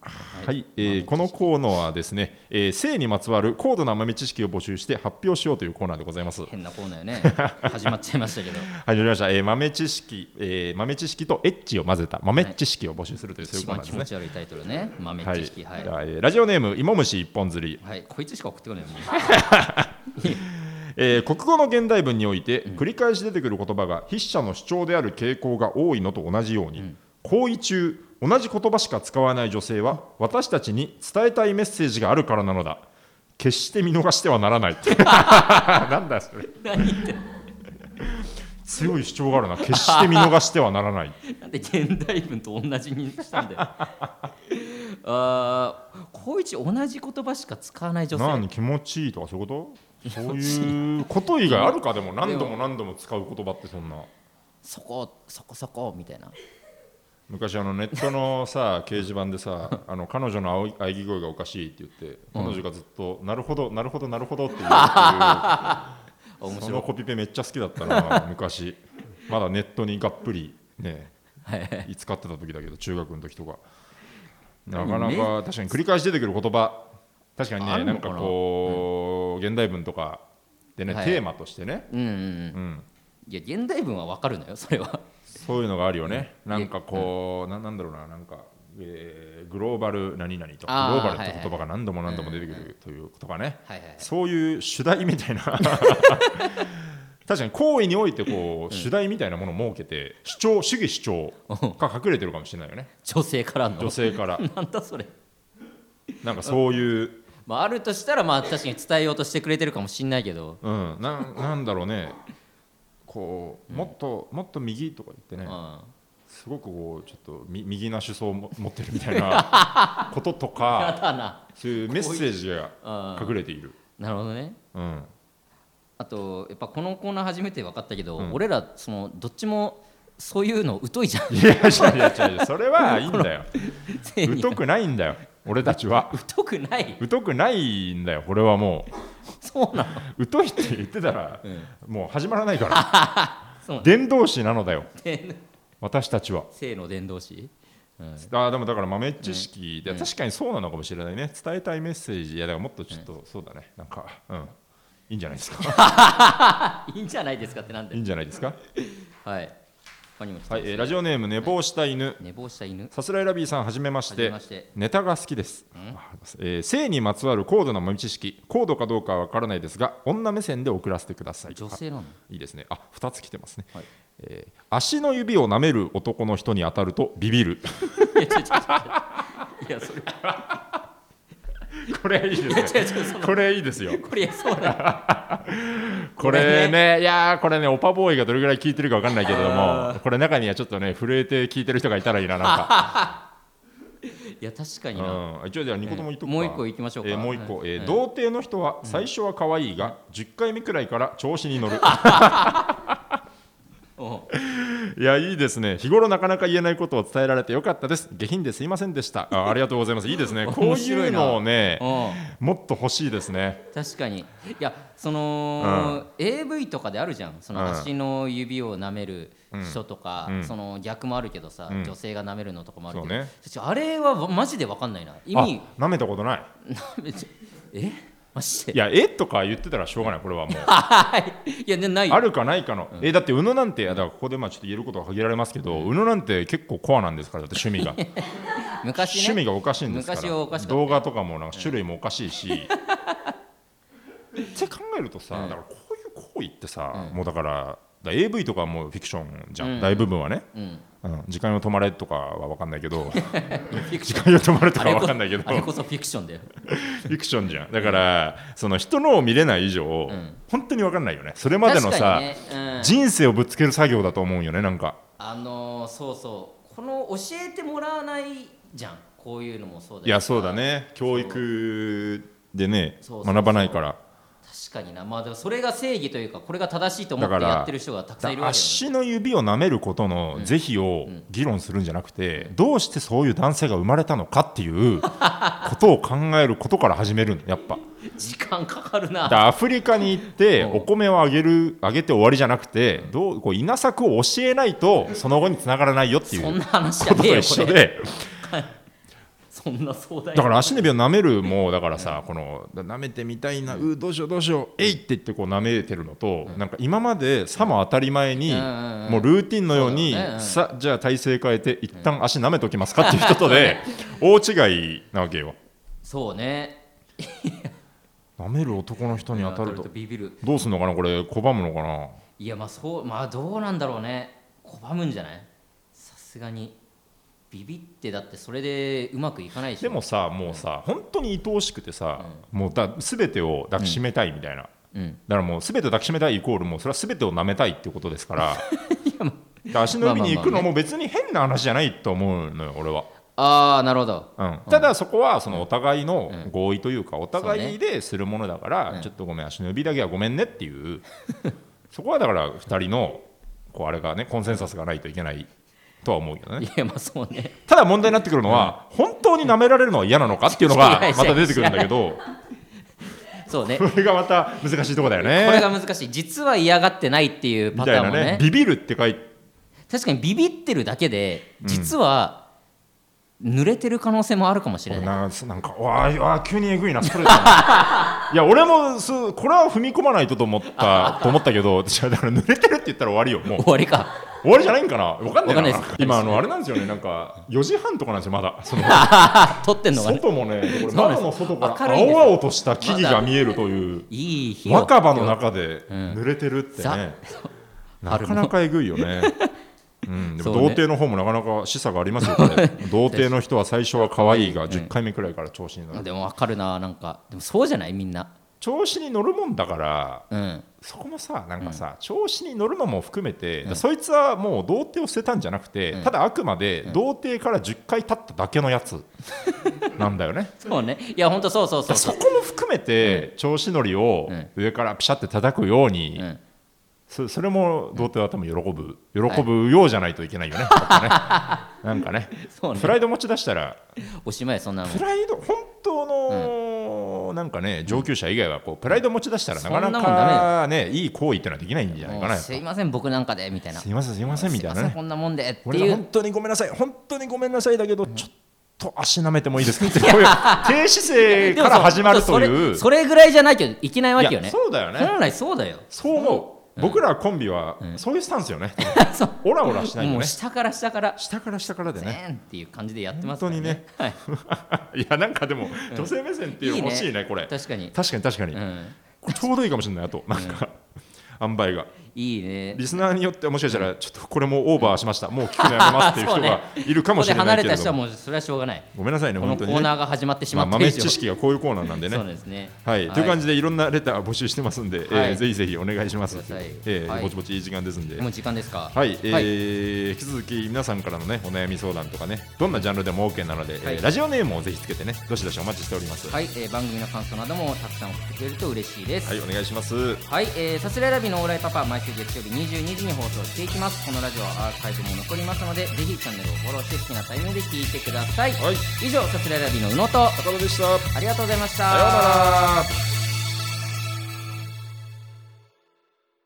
Speaker 2: はい、えーこのコーナーはですね、えー性にまつわる高度な豆知識を募集して発表しようというコーナーでございます
Speaker 1: 変なコーナーよね始まっちゃいましたけど
Speaker 2: 始まりました、えー豆知識、えー豆知識とエッチを混ぜた豆知識を募集するという、 そうい
Speaker 1: 一
Speaker 2: うコー
Speaker 1: 番
Speaker 2: ナーで
Speaker 1: 気
Speaker 2: す
Speaker 1: 持
Speaker 2: ね
Speaker 1: ち悪いタイトルね豆
Speaker 2: はい
Speaker 1: 知識はい、
Speaker 2: じゃ
Speaker 1: はい
Speaker 2: あえーラジオネーム芋虫一本釣り、
Speaker 1: こいつしか送ってこないもん
Speaker 2: えー国語の現代文において繰り返し出てくる言葉が筆者の主張である傾向が多いのと同じように、行為中同じ言葉しか使わない女性は私たちに伝えたいメッセージがあるからなのだ決して見逃してはならない なんだそれ 強い主張があるな決して見逃してはなら ない
Speaker 1: なんで現代文と同じにしたんだよ あー高一同じ言葉しか使わない女性
Speaker 2: 何気持ちいいとかそういう ことそういうこと以外あるかでも何度も何度も使う言葉ってそんな
Speaker 1: そこそこそこみたいな
Speaker 2: 昔あのネットの さ掲示板でさあの彼女のあお喘ぎ声がおかしいって言って彼女がずっとなるほどなるほどなるほどって言 うって
Speaker 1: あ
Speaker 2: いう
Speaker 1: 面
Speaker 2: そ
Speaker 1: 白
Speaker 2: の
Speaker 1: い
Speaker 2: コピペめっちゃ好きだった な昔まだネットにがっぷりねいつ買ってた時だけど中学の時とかなかなか確かに繰り返し出てくる言葉確かに
Speaker 1: あ
Speaker 2: ね
Speaker 1: ん
Speaker 2: な
Speaker 1: の
Speaker 2: ん
Speaker 1: か
Speaker 2: か
Speaker 1: な
Speaker 2: こう現代文とかでね
Speaker 1: はい
Speaker 2: テーマとしてね
Speaker 1: うんうんうん
Speaker 2: うん
Speaker 1: いや現代文はわかるのよそれは
Speaker 2: そういうのがあるよね。
Speaker 1: ん
Speaker 2: なんかこう、ななんだろうな、なんか、えーグローバル何々とか、
Speaker 1: あー
Speaker 2: グローバルっ
Speaker 1: はい
Speaker 2: て
Speaker 1: はい
Speaker 2: 言葉が何度も何度も出てくるということがね、
Speaker 1: はいはいはい
Speaker 2: そういう主題みたいな、確かに行為においてこう、主題みたいなものを設けて、主張、主義主張が隠れてるかもしれないよね、
Speaker 1: 女性からの
Speaker 2: 女性から。
Speaker 1: なんだそれ、
Speaker 2: なんかそういう、
Speaker 1: まあ、あるとしたらまあ確かに伝えようとしてくれてるかもしんないけど
Speaker 2: うん、なんなんだろうね、こう、もっと、もっと右とか言ってね。
Speaker 1: うん
Speaker 2: すごくこうちょっとみ右な思想をも持ってるみたいなことと
Speaker 1: や
Speaker 2: か
Speaker 1: だな
Speaker 2: そういうメッセージが
Speaker 1: うん
Speaker 2: 隠れている。
Speaker 1: なるほどね
Speaker 2: うん、
Speaker 1: あとやっぱこのコーナー初めて分かったけど、
Speaker 2: うん
Speaker 1: 俺らそのどっちもそういうの疎いじゃん
Speaker 2: いや、違う違う違う、それ はいいんだよ。
Speaker 1: 全員
Speaker 2: 疎くないんだよ、俺たち は。
Speaker 1: 疎くない
Speaker 2: 疎くないんだよ、これはも
Speaker 1: そうな の
Speaker 2: う。疎いって言ってたら、
Speaker 1: ん
Speaker 2: もう始まらないから。
Speaker 1: そうなの
Speaker 2: 伝道師なのだよ、
Speaker 1: で
Speaker 2: 私たちは。
Speaker 1: 性の伝道師、うん、
Speaker 2: あーでもだから豆知識で、
Speaker 1: うん
Speaker 2: 確かにそうなのかもしれないね伝えたいメッセージいやだからもっとちょっと、そうだねなんかうんいいんじゃないですか
Speaker 1: いいんじゃないですかってなんだ
Speaker 2: いい
Speaker 1: よ
Speaker 2: んじゃないですか
Speaker 1: はい他にも来て
Speaker 2: はい、
Speaker 1: ます
Speaker 2: えーラジオネーム寝坊した犬
Speaker 1: 寝坊した犬
Speaker 2: さすらいラビーさんはじめまし
Speaker 1: は
Speaker 2: て
Speaker 1: じめまして
Speaker 2: ネタが好きです、あえー性にまつわる高度な豆知識高度かどうかは分からないですが女目線で送らせてください
Speaker 1: 女
Speaker 2: あ
Speaker 1: 性な の
Speaker 2: いいですねあ二2つ来てますね、
Speaker 1: はい
Speaker 2: えー足の指を舐める男の人に当たるとビビ る
Speaker 1: いやちょちょちょいやそれ
Speaker 2: これい いです
Speaker 1: 違う違うその
Speaker 2: これいいですよ
Speaker 1: これそうなの
Speaker 2: これねいやーこれねオパボーイがどれぐらい聞いてるか分かんないけれどもこれ中にはちょっとね震えて聞いてる人がいたらいいななんか
Speaker 1: いや確かにな、
Speaker 2: うん、一応では2個とも言っとくか、
Speaker 1: もう一個行きましょうか
Speaker 2: えーもう一個、えー
Speaker 1: はい
Speaker 2: 童貞の人は最初は可愛いが、10回目くらいから調子に乗る
Speaker 1: うん
Speaker 2: いやいいですね日頃なかなか言えないことを伝えられてよかったです下品ですいませんでしたあありがとうございますいいですねこ
Speaker 1: 面
Speaker 2: うい
Speaker 1: 白
Speaker 2: う
Speaker 1: いな
Speaker 2: のをね
Speaker 1: う
Speaker 2: もっと欲しいですね
Speaker 1: ん、確かにいやその、AV とかであるじゃんその
Speaker 2: うん
Speaker 1: 足の指を舐める人とか、
Speaker 2: うん
Speaker 1: その逆もあるけどさ、
Speaker 2: うん
Speaker 1: 女性が舐めるのとかもあるけど、
Speaker 2: そうね
Speaker 1: ちょあれはマジで分かんないな意
Speaker 2: あ
Speaker 1: 味
Speaker 2: 舐めたことない
Speaker 1: えマジで
Speaker 2: いやえとか言ってたらしょうがないこれはもう
Speaker 1: はいいやねないよ
Speaker 2: あるかないかの、えだって宇野なんていやだからここでまあちょっと言えることは限られますけど、宇野なんて結構コアなんですからだって趣味が
Speaker 1: 昔ね
Speaker 2: 趣味がおかしいんですから
Speaker 1: 昔はおかしかった
Speaker 2: 動画とかもなんか種類もおかしいし、って考えるとさ、だからこういう行為ってさ、もうだからだから AV とかはもうフィクションじゃん、
Speaker 1: うん
Speaker 2: 大部分はね、
Speaker 1: うん
Speaker 2: うん、時間よ止まれとかは分かんないけど
Speaker 1: フィクシ
Speaker 2: 時
Speaker 1: ョ
Speaker 2: 間
Speaker 1: ン
Speaker 2: よ止まれと
Speaker 1: あ
Speaker 2: か
Speaker 1: れ
Speaker 2: は分
Speaker 1: こそ
Speaker 2: かんないけど
Speaker 1: あれこそフィクションだよ
Speaker 2: フィクションじゃんだから、その人のを見れない以上、
Speaker 1: ん
Speaker 2: 本当に分かんないよねそれまでの
Speaker 1: 確か
Speaker 2: さ、
Speaker 1: にねうん
Speaker 2: 人生をぶつける作業だと思うよねなんか
Speaker 1: あのーそうそうこの教えてもらわないじゃんこういうのもそうだ
Speaker 2: いやそうだね教育でね
Speaker 1: そうそうそう
Speaker 2: 学ばないから
Speaker 1: 確かになまあでもそれが正義というかこれが正しいと思って
Speaker 2: だから
Speaker 1: やってる人がたくさんいるわけだよね
Speaker 2: 足の指を舐めることの是非を議論するんじゃなくて、どうしてそういう男性が生まれたのかっていう ことを考えることから始めるのやっぱ
Speaker 1: 時間かかる
Speaker 2: だ
Speaker 1: な
Speaker 2: からアフリカに行って
Speaker 1: うん
Speaker 2: お米をあげるあげて終わりじゃなくてどうこう稲作を教えないとその後に繋がらないよってい
Speaker 1: そん
Speaker 2: う
Speaker 1: な話じ
Speaker 2: こ
Speaker 1: ゃ
Speaker 2: と
Speaker 1: ねえ
Speaker 2: と
Speaker 1: よ
Speaker 2: 一緒
Speaker 1: これ
Speaker 2: で
Speaker 1: そんな壮大
Speaker 2: だ
Speaker 1: な
Speaker 2: から足の指を舐めるもだからさこのだ舐めてみたいなうーどうしようどうしようえいって言ってこう舐めてるのとなんか今までさも当たり前に
Speaker 1: うんうんうん
Speaker 2: もうルーティンのように
Speaker 1: そうだよねうん
Speaker 2: さじゃあ体勢変えて一旦足舐めときますかっていう ことで大違いなわけよ
Speaker 1: そうね
Speaker 2: 舐める男の人に当たると
Speaker 1: ビビる
Speaker 2: どうすんのかなこれ拒むのかない
Speaker 1: やまあそうまあどうなんだろうね拒むんじゃないさすがにビビってだってそれでうまくいかないし
Speaker 2: でもさもうさ、本当に愛おしくてさ、もうだ全てを抱きしめたいみたいな、だ
Speaker 1: うん
Speaker 2: からもう全てを抱きしめたいイコールもうそれは全てを舐めたいってことですから だから足の指に行くのも別に変な話じゃないと思うのよ俺は、
Speaker 1: ああなるほど
Speaker 2: うん、ただそこはそのお互いの合意というかお互いでするものだから、
Speaker 1: うん
Speaker 2: ちょっとごめん足の指だけはごめんねっていう そこはだから2人のこうあれがねコンセンサスがないといけないとは思うけどね
Speaker 1: いやまあそうね
Speaker 2: ただ問題になってくるのは、本当に舐められるのは嫌なのかっていうのが
Speaker 1: 違う違う
Speaker 2: また出てくるんだけど
Speaker 1: そう ね
Speaker 2: これがまた難しいとこだよ
Speaker 1: これ
Speaker 2: ね
Speaker 1: が難しい実は嫌がってないっていう
Speaker 2: み
Speaker 1: パ
Speaker 2: た
Speaker 1: タ
Speaker 2: い
Speaker 1: ーン
Speaker 2: な
Speaker 1: も
Speaker 2: ね
Speaker 1: ね
Speaker 2: ビビるって書いて
Speaker 1: 確かにビビってるだけで実は濡れてる可能性もあるかもしれない、
Speaker 2: ななんかわあわあ急にえぐいなストレート だないや俺もそうこれは踏み込まないとと思ったと思ったけど私はだから濡れてるって言ったら終わりよもう
Speaker 1: 終わりか
Speaker 2: 終わりじゃないんかなわかんない
Speaker 1: わかんないです
Speaker 2: 今あのあれなんですよねなんか4時半とかなんですよまだその
Speaker 1: 撮ってんのがね
Speaker 2: 外もねこれ窓の外か
Speaker 1: 明
Speaker 2: ら
Speaker 1: るいんです
Speaker 2: 青
Speaker 1: よ
Speaker 2: 々とした木々が見えるという。
Speaker 1: いい日を
Speaker 2: 若葉の中で濡れてるってね、
Speaker 1: ん
Speaker 2: なかなかえぐいよ ね。うん、でも
Speaker 1: そう
Speaker 2: 童
Speaker 1: ね
Speaker 2: 貞の方もなかなか示唆がありますよ、こ れ童貞の人は最初は可愛いが、10回目くらいから調子に乗る、
Speaker 1: でも分かるななんかでもそうじゃないみんな
Speaker 2: 調子に乗るもんだから、
Speaker 1: うん
Speaker 2: そこもさ、なんかさ、調子に乗るのも含めて、そいつはもう童貞を捨てたんじゃなくて、ただあくまで童貞から10回経っただけのやつなんだよね。
Speaker 1: そうねいやほんとそうそうそう
Speaker 2: そ
Speaker 1: そう
Speaker 2: こも含めて、調子乗りを
Speaker 1: うん
Speaker 2: 上からピシャって叩くように、
Speaker 1: うん
Speaker 2: そそれも童貞は多分喜ぶ喜ぶようじゃないといけないよね,、 なんかね
Speaker 1: そうね
Speaker 2: プライド持ち出したら
Speaker 1: おしまいそんなの
Speaker 2: プライド本当の、なんかね上級者以外はこうプライド持ち出したら
Speaker 1: そ
Speaker 2: なんか
Speaker 1: なもん
Speaker 2: なかねいい行為ってのはできないんじゃないかな
Speaker 1: もう
Speaker 2: やっぱ
Speaker 1: すいません僕なんかでみたいな
Speaker 2: すいませんすいませんみたいな
Speaker 1: すいません
Speaker 2: ね
Speaker 1: こんなもんでって
Speaker 2: 俺
Speaker 1: い
Speaker 2: ら
Speaker 1: う
Speaker 2: 本当にごめんなさい本当にごめんなさいだけど、ちょっと足舐めてもいいですかってこういう 低姿勢
Speaker 1: で
Speaker 2: か
Speaker 1: も
Speaker 2: ら
Speaker 1: そう
Speaker 2: 始まる
Speaker 1: そ
Speaker 2: という
Speaker 1: それそれぐらいじゃないといけないわけよ
Speaker 2: い
Speaker 1: ね
Speaker 2: やそうだよね
Speaker 1: 本来そうだよ
Speaker 2: そう思う、僕らコンビはそういうスタンスよね、
Speaker 1: そう
Speaker 2: オラオラしないよ
Speaker 1: もう
Speaker 2: ね
Speaker 1: 下から下から
Speaker 2: 下から下からでね
Speaker 1: ねんっていう感じでやってますから
Speaker 2: 本
Speaker 1: は い
Speaker 2: いやなんかでも女性目線っていうの欲しいねこれ確
Speaker 1: 確かに、
Speaker 2: かに確かに、
Speaker 1: うん、
Speaker 2: ちょうどいいかもしれないあとなんか、塩梅が
Speaker 1: いいね
Speaker 2: リスナーによってはもしかしたらちょっとこれもうオーバーしました、もう聞くのやめますっていう人がいるか
Speaker 1: こ
Speaker 2: も
Speaker 1: こ
Speaker 2: し
Speaker 1: で
Speaker 2: れな
Speaker 1: 離
Speaker 2: いけ
Speaker 1: れた
Speaker 2: れ
Speaker 1: 人は
Speaker 2: ども
Speaker 1: もうそれはしょうがない
Speaker 2: ごめんなさいね
Speaker 1: この
Speaker 2: 本
Speaker 1: コ
Speaker 2: 当に
Speaker 1: ー
Speaker 2: ね
Speaker 1: ナーが始まってしま
Speaker 2: まあ
Speaker 1: った以
Speaker 2: 豆
Speaker 1: 上、
Speaker 2: 知識がこういうコーナーなんでね
Speaker 1: そうですね
Speaker 2: はい、という感じでいろんなレター募集してますんで、えー
Speaker 1: はい
Speaker 2: ぜひぜひお願いします
Speaker 1: ください
Speaker 2: えー
Speaker 1: はい
Speaker 2: ぼちぼちいい時間ですんで
Speaker 1: もう時間ですか
Speaker 2: はい、えー引き続き皆さんからのねお悩み相談とかねどんなジャンルでも OK なので、えー
Speaker 1: はい
Speaker 2: ラジオネームをぜひつけてねどしどしお待ちしております
Speaker 1: はいえー番組の感想などもたくさん送ってくれると嬉しいです
Speaker 2: はい、お願いします
Speaker 1: はい、えー、さすらいラビのオーライパパ毎週月曜日22時に放送していきますこのラジオはアーカイブも残りますのでぜひチャンネルをフォローして好きなタイミングで聞いてください、
Speaker 2: はい
Speaker 1: 以上さすらいラビの宇野と
Speaker 2: 高田でした。さよ
Speaker 1: ありがとうございました
Speaker 2: うなら。